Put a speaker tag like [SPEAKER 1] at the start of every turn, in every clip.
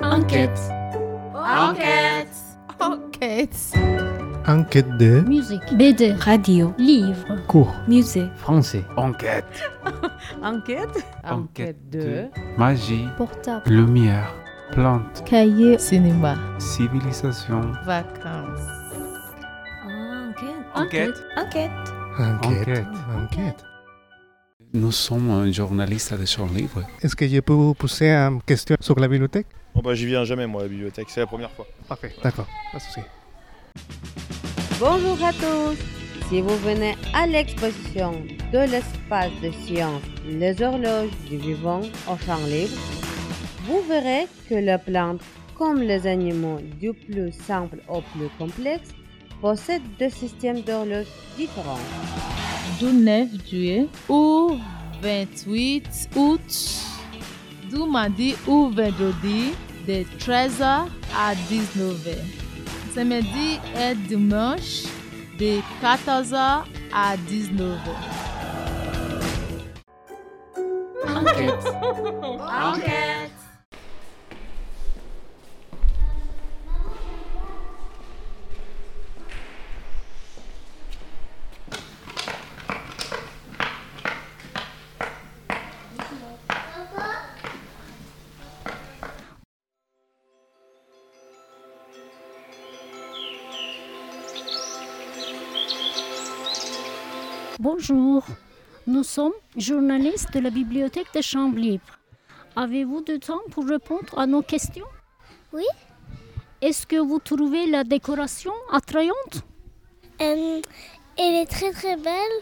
[SPEAKER 1] Enquête.
[SPEAKER 2] Enquête.
[SPEAKER 3] Enquête.
[SPEAKER 4] Enquête de
[SPEAKER 1] Musique. BD.
[SPEAKER 5] Radio.
[SPEAKER 1] Livre.
[SPEAKER 6] Cours.
[SPEAKER 5] Musée.
[SPEAKER 6] Français. Enquête.
[SPEAKER 3] Enquête.
[SPEAKER 6] Enquête de- Magie.
[SPEAKER 1] Portable.
[SPEAKER 6] Lumière. Plante.
[SPEAKER 1] Cahier.
[SPEAKER 3] Cinéma.
[SPEAKER 6] Civilisation.
[SPEAKER 3] Vacances.
[SPEAKER 5] Enquête.
[SPEAKER 6] Enquête.
[SPEAKER 5] Enquête.
[SPEAKER 4] enquête.
[SPEAKER 6] Enquête.
[SPEAKER 4] enquête.
[SPEAKER 6] Nous sommes un journaliste de son livre.
[SPEAKER 4] Est-ce que je peux vous pousser une question sur la bibliothèque
[SPEAKER 7] Oh bah j'y viens jamais moi à la bibliothèque, c'est la première fois.
[SPEAKER 4] Parfait. D'accord, pas de souci.
[SPEAKER 8] Bonjour à tous. Si vous venez à l'exposition de l'espace de science Les horloges du vivant au champ libre, vous verrez que les plantes, comme les animaux du plus simple au plus complexe, possèdent deux systèmes d'horloges différents.
[SPEAKER 3] Du 9 juillet ou 28 août. Du mardi ou vendredi de 13h à 19h. Samedi et dimanche de 14h à 19h.
[SPEAKER 6] Enquête.
[SPEAKER 2] Enquête.
[SPEAKER 1] Bonjour. Nous sommes journalistes de la bibliothèque de Chambre Libre. Avez-vous du temps pour répondre à nos questions
[SPEAKER 9] Oui.
[SPEAKER 1] Est-ce que vous trouvez la décoration attrayante
[SPEAKER 9] Euh, elle est très très belle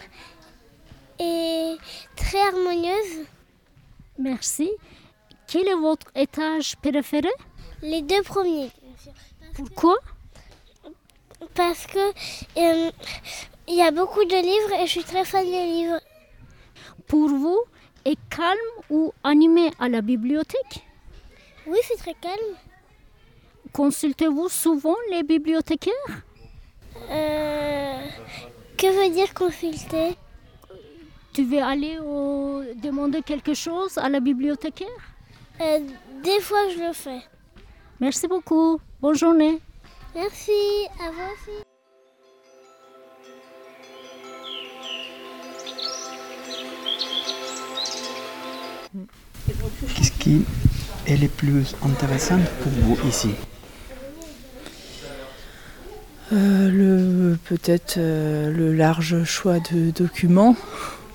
[SPEAKER 9] et très harmonieuse.
[SPEAKER 1] Merci. Quel est votre étage préféré
[SPEAKER 9] Les deux premiers.
[SPEAKER 1] Pourquoi
[SPEAKER 9] Parce que euh, il y a beaucoup de livres et je suis très fan des livres.
[SPEAKER 1] Pour vous, est calme ou animé à la bibliothèque
[SPEAKER 9] Oui, c'est très calme.
[SPEAKER 1] Consultez-vous souvent les bibliothécaires
[SPEAKER 9] Euh, que veut dire consulter
[SPEAKER 1] Tu veux aller au- demander quelque chose à la bibliothécaire
[SPEAKER 9] Euh, Des fois, je le fais.
[SPEAKER 1] Merci beaucoup. Bonne journée.
[SPEAKER 9] Merci, à vous aussi.
[SPEAKER 10] Qu'est-ce qui est le plus intéressant pour vous ici
[SPEAKER 11] Euh, le peut-être euh, le large choix de documents.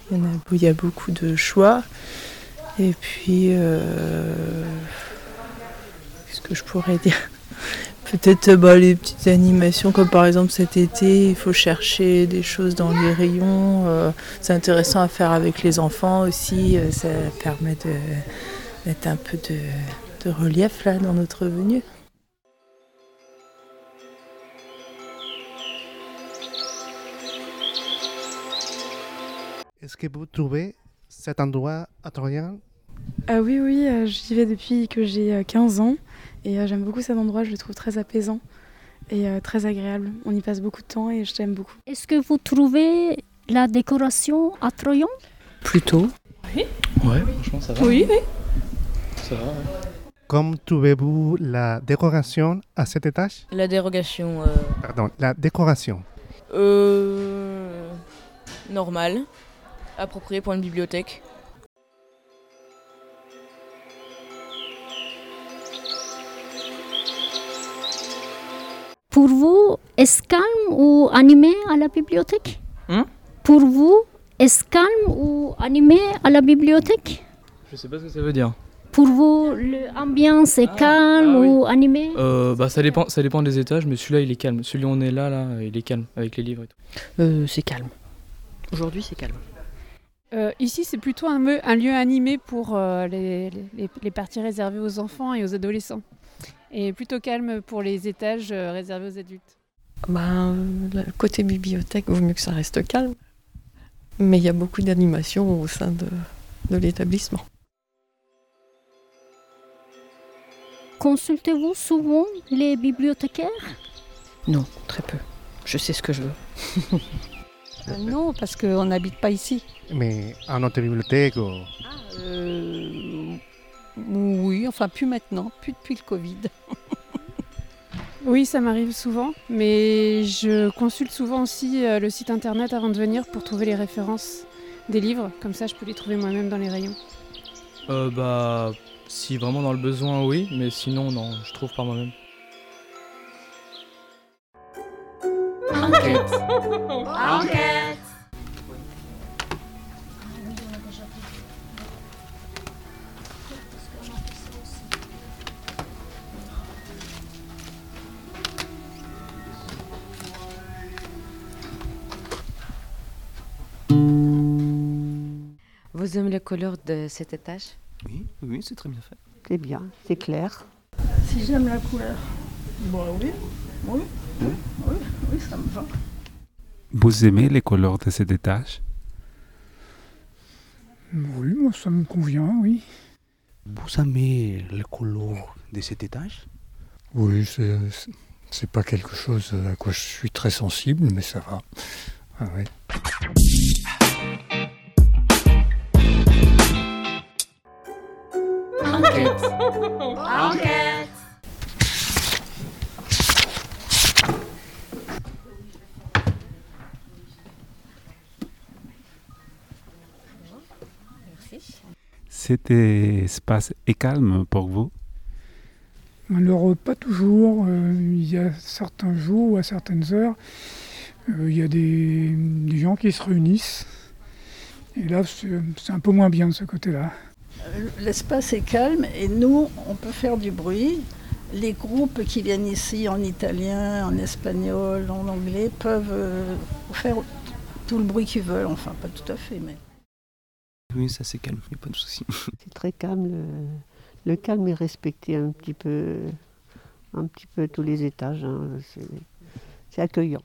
[SPEAKER 11] Il y, en a, il y a beaucoup de choix. Et puis, euh, qu'est-ce que je pourrais dire Peut-être euh, bah, les petites animations, comme par exemple cet été, il faut chercher des choses dans les rayons. euh, c'est intéressant à faire avec les enfants aussi. euh, ça permet de mettre un peu de, de relief là dans notre venue.
[SPEAKER 4] Est-ce que vous trouvez cet endroit attrayant
[SPEAKER 12] Ah oui, oui, euh, j'y vais depuis que j'ai euh, 15 ans et euh, j'aime beaucoup cet endroit, je le trouve très apaisant et euh, très agréable. On y passe beaucoup de temps et je t'aime beaucoup.
[SPEAKER 1] Est-ce que vous trouvez la décoration attrayante
[SPEAKER 10] Plutôt.
[SPEAKER 12] Oui.
[SPEAKER 10] Ouais, franchement, ça va. Ça va, ouais.
[SPEAKER 4] Comme trouvez-vous la décoration à cet étage
[SPEAKER 13] La dérogation.
[SPEAKER 4] Pardon, la décoration.
[SPEAKER 13] Euh, euh, normale. Appropriée pour une bibliothèque.
[SPEAKER 1] Pour vous, est-ce calme ou animé à la bibliothèque
[SPEAKER 10] Hein
[SPEAKER 1] Pour vous, est-ce calme ou animé à la bibliothèque
[SPEAKER 14] Je sais pas ce que ça veut dire.
[SPEAKER 1] Pour vous, l'ambiance est calme ou animée
[SPEAKER 14] Euh, bah ça dépend, ça dépend des étages, mais celui-là il est calme. Celui où on est là, là, euh, il est calme avec les livres et tout.
[SPEAKER 15] c'est calme. Aujourd'hui, c'est calme.
[SPEAKER 16] Euh, ici, c'est plutôt un, meu- un lieu animé pour euh, les, les- les parties réservées aux enfants et aux adolescents. Et plutôt calme pour les étages euh, réservés aux adultes.
[SPEAKER 15] Ben, euh, le côté bibliothèque, vaut mieux que ça reste calme. Mais il y a beaucoup d'animations au sein de, de l'établissement.
[SPEAKER 1] Consultez-vous souvent les bibliothécaires
[SPEAKER 15] Non, très peu. Je sais ce que je veux.
[SPEAKER 17] non, parce qu'on n'habite pas ici.
[SPEAKER 4] Mais à notre bibliothèque, ou-
[SPEAKER 17] Euh,
[SPEAKER 3] Oui, enfin plus maintenant, plus depuis le Covid.
[SPEAKER 18] Oui, ça m'arrive souvent, mais je consulte souvent aussi euh, le site internet avant de venir pour trouver les références des livres. Comme ça, je peux les trouver moi-même dans les rayons.
[SPEAKER 19] Euh, bah, si vraiment dans le besoin, oui, mais sinon, non, je trouve par moi-même.
[SPEAKER 20] Enquête. Enquête.
[SPEAKER 21] Vous aimez les couleurs de cet étage
[SPEAKER 4] Oui, oui, c'est très bien fait.
[SPEAKER 21] C'est bien, c'est clair.
[SPEAKER 22] Si j'aime la couleur Bah oui, oui, oui, oui, oui, ça me va.
[SPEAKER 6] Vous aimez les couleurs de cet étage
[SPEAKER 22] Oui, moi ça me convient, oui.
[SPEAKER 4] Vous aimez les couleurs de cet étage
[SPEAKER 22] Oui, c'est c'est pas quelque chose à quoi je suis très sensible, mais ça va. Ah ouais.
[SPEAKER 20] Enquête. Enquête.
[SPEAKER 6] Cet espace est calme pour vous
[SPEAKER 22] Alors, euh, pas toujours. Euh, Il y a certains jours ou à certaines heures, euh, il y a des, des gens qui se réunissent. Et là, c'est c'est un peu moins bien de ce côté-là.
[SPEAKER 11] L'espace est calme et nous, on peut faire du bruit. Les groupes qui viennent ici en italien, en espagnol, en anglais peuvent euh, faire tout le bruit qu'ils veulent. Enfin, pas tout à fait, mais.
[SPEAKER 4] Oui, ça c'est calme, il n'y a pas de souci.
[SPEAKER 8] C'est très calme. Le, le calme est respecté un petit peu, un petit peu tous les étages. hein. C'est- C'est accueillant.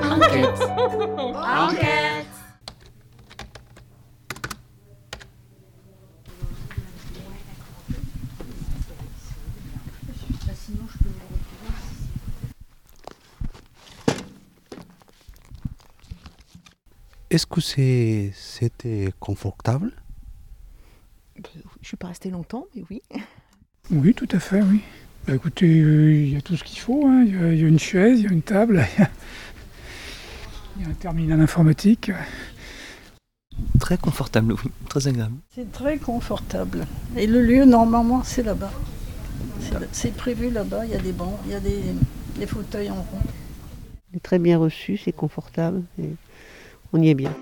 [SPEAKER 20] Enquête. Enquête.
[SPEAKER 4] Est-ce que c'est- c'était confortable
[SPEAKER 23] Je suis pas restée longtemps, mais oui.
[SPEAKER 22] Oui, tout à fait, oui. Bah, écoutez, euh, il y a tout ce qu'il faut. hein. Il y a- il y, a une chaise, il y a une table, il y a- il y a un terminal informatique.
[SPEAKER 4] Très confortable, oui, très agréable.
[SPEAKER 11] C'est très confortable. Et le lieu, normalement, c'est là-bas. C'est- C'est prévu là-bas, il y a des bancs, il y a des, des fauteuils en rond.
[SPEAKER 8] Il est très bien reçu, c'est confortable et on y est bien.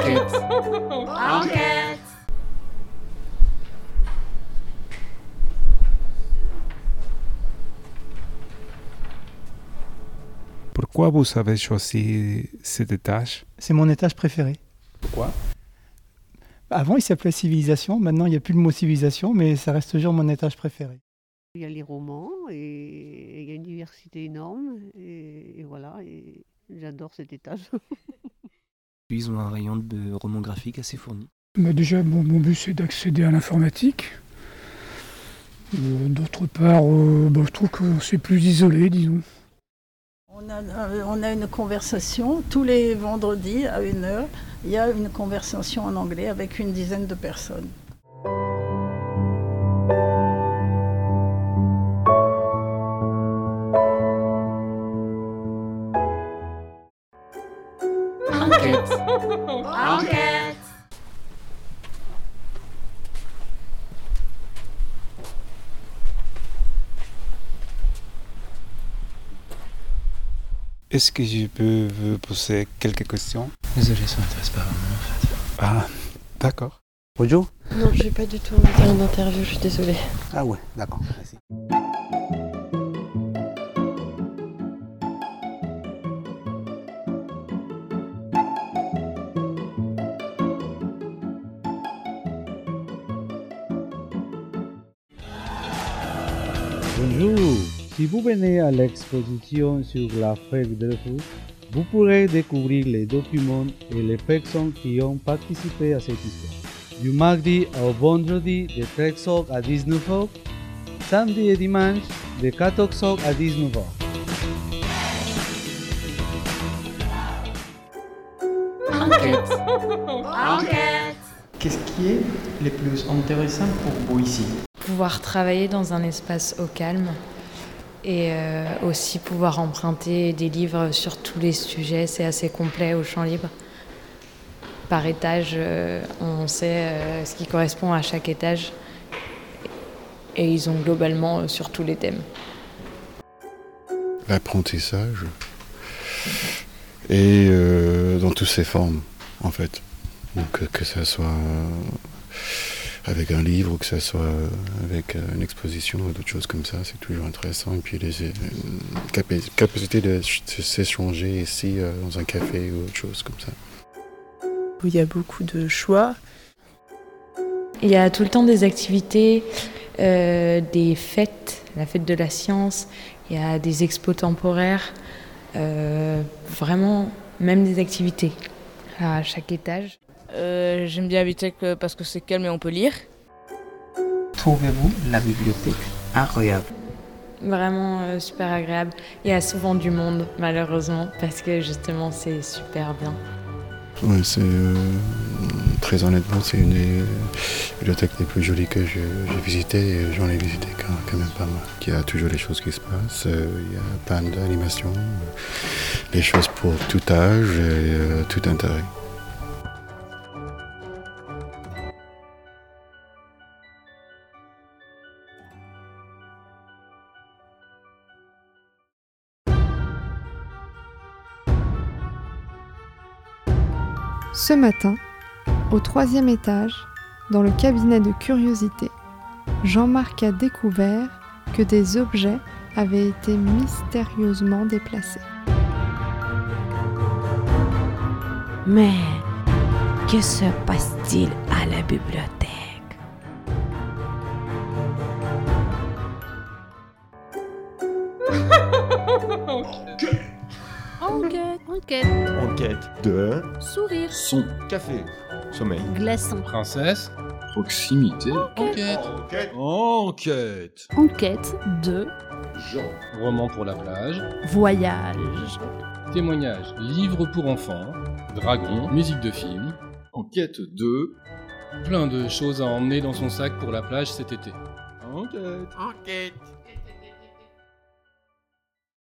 [SPEAKER 20] Enquête. Enquête.
[SPEAKER 6] Pourquoi vous avez choisi cet étage
[SPEAKER 24] C'est mon étage préféré.
[SPEAKER 6] Pourquoi
[SPEAKER 24] Avant, il s'appelait Civilisation. Maintenant, il n'y a plus le mot Civilisation, mais ça reste toujours mon étage préféré.
[SPEAKER 8] Il y a les romans et il y a une diversité énorme et, et voilà. Et j'adore cet étage.
[SPEAKER 4] Ils ont un rayon de romans graphiques assez fourni.
[SPEAKER 22] Bah, déjà, mon, mon but, c'est d'accéder à l'informatique. Euh, D'autre part, euh, bah, je trouve que c'est plus isolé, disons.
[SPEAKER 11] On a, euh, on a une conversation tous les vendredis à une heure. Il y a une conversation en anglais avec une dizaine de personnes.
[SPEAKER 20] Enquête. Enquête.
[SPEAKER 6] Est-ce que je peux vous poser quelques questions
[SPEAKER 4] Désolé, ça m'intéresse pas vraiment en fait.
[SPEAKER 6] Ah, d'accord.
[SPEAKER 4] Bonjour
[SPEAKER 25] Non, j'ai pas du tout envie de faire une interview, je suis désolée.
[SPEAKER 4] Ah ouais, d'accord, merci.
[SPEAKER 26] Bonjour. Si vous venez à l'exposition sur la fête de foot, vous pourrez découvrir les documents et les personnes qui ont participé à cette histoire.
[SPEAKER 4] du mardi au vendredi de 13h à 19h, samedi et dimanche de 14h à 19h.
[SPEAKER 27] Enquête. Enquête.
[SPEAKER 6] Qu'est-ce qui est le plus intéressant pour vous ici
[SPEAKER 3] Pouvoir travailler dans un espace au calme et euh, aussi pouvoir emprunter des livres sur tous les sujets, c'est assez complet au champ libre. Par étage, euh, on sait euh, ce qui correspond à chaque étage et ils ont globalement euh, sur tous les thèmes.
[SPEAKER 7] L'apprentissage. Et euh, dans toutes ses formes, en fait. Donc que- que ça soit euh, avec un livre ou que ça soit euh, avec euh, une exposition ou d'autres choses comme ça, c'est toujours intéressant. Et puis les euh, capaci- capacité de ch- de s'échanger ici euh, dans un café ou autre chose comme ça.
[SPEAKER 11] Il y a beaucoup de choix.
[SPEAKER 3] Il y a tout le temps des activités, euh, des fêtes, la fête de la science, il y a des expos temporaires, euh, vraiment même des activités à chaque étage.
[SPEAKER 28] Euh, J'aime bien Habitec euh, parce que c'est calme et on peut lire.
[SPEAKER 6] Trouvez-vous la bibliothèque agréable
[SPEAKER 3] Vraiment euh, super agréable. Il y a souvent du monde malheureusement parce que justement c'est super bien.
[SPEAKER 7] Ouais, c'est euh, très honnêtement, c'est une des bibliothèques les plus jolies que je- j'ai visitées et j'en ai visité quand, quand même pas mal. Il y a toujours des choses qui se passent, euh, il y a plein d'animations, euh, des choses pour tout âge et euh, tout intérêt.
[SPEAKER 1] Ce matin, au troisième étage, dans le cabinet de curiosité, Jean-Marc a découvert que des objets avaient été mystérieusement déplacés.
[SPEAKER 29] Mais que se passe-t-il à la bibliothèque
[SPEAKER 27] Enquête.
[SPEAKER 30] Enquête. De.
[SPEAKER 27] Sourire.
[SPEAKER 30] Son. Café. Sommeil.
[SPEAKER 27] Glaçon.
[SPEAKER 30] Princesse. Proximité.
[SPEAKER 27] Enquête.
[SPEAKER 30] Enquête. Oh, Enquête.
[SPEAKER 31] Enquête de
[SPEAKER 30] Jean. Roman pour la plage.
[SPEAKER 31] voyage.
[SPEAKER 30] Témoignage. Livre pour enfants. Dragon. Musique de film. Enquête de. Plein de choses à emmener dans son sac pour la plage cet été. Enquête.
[SPEAKER 27] Enquête.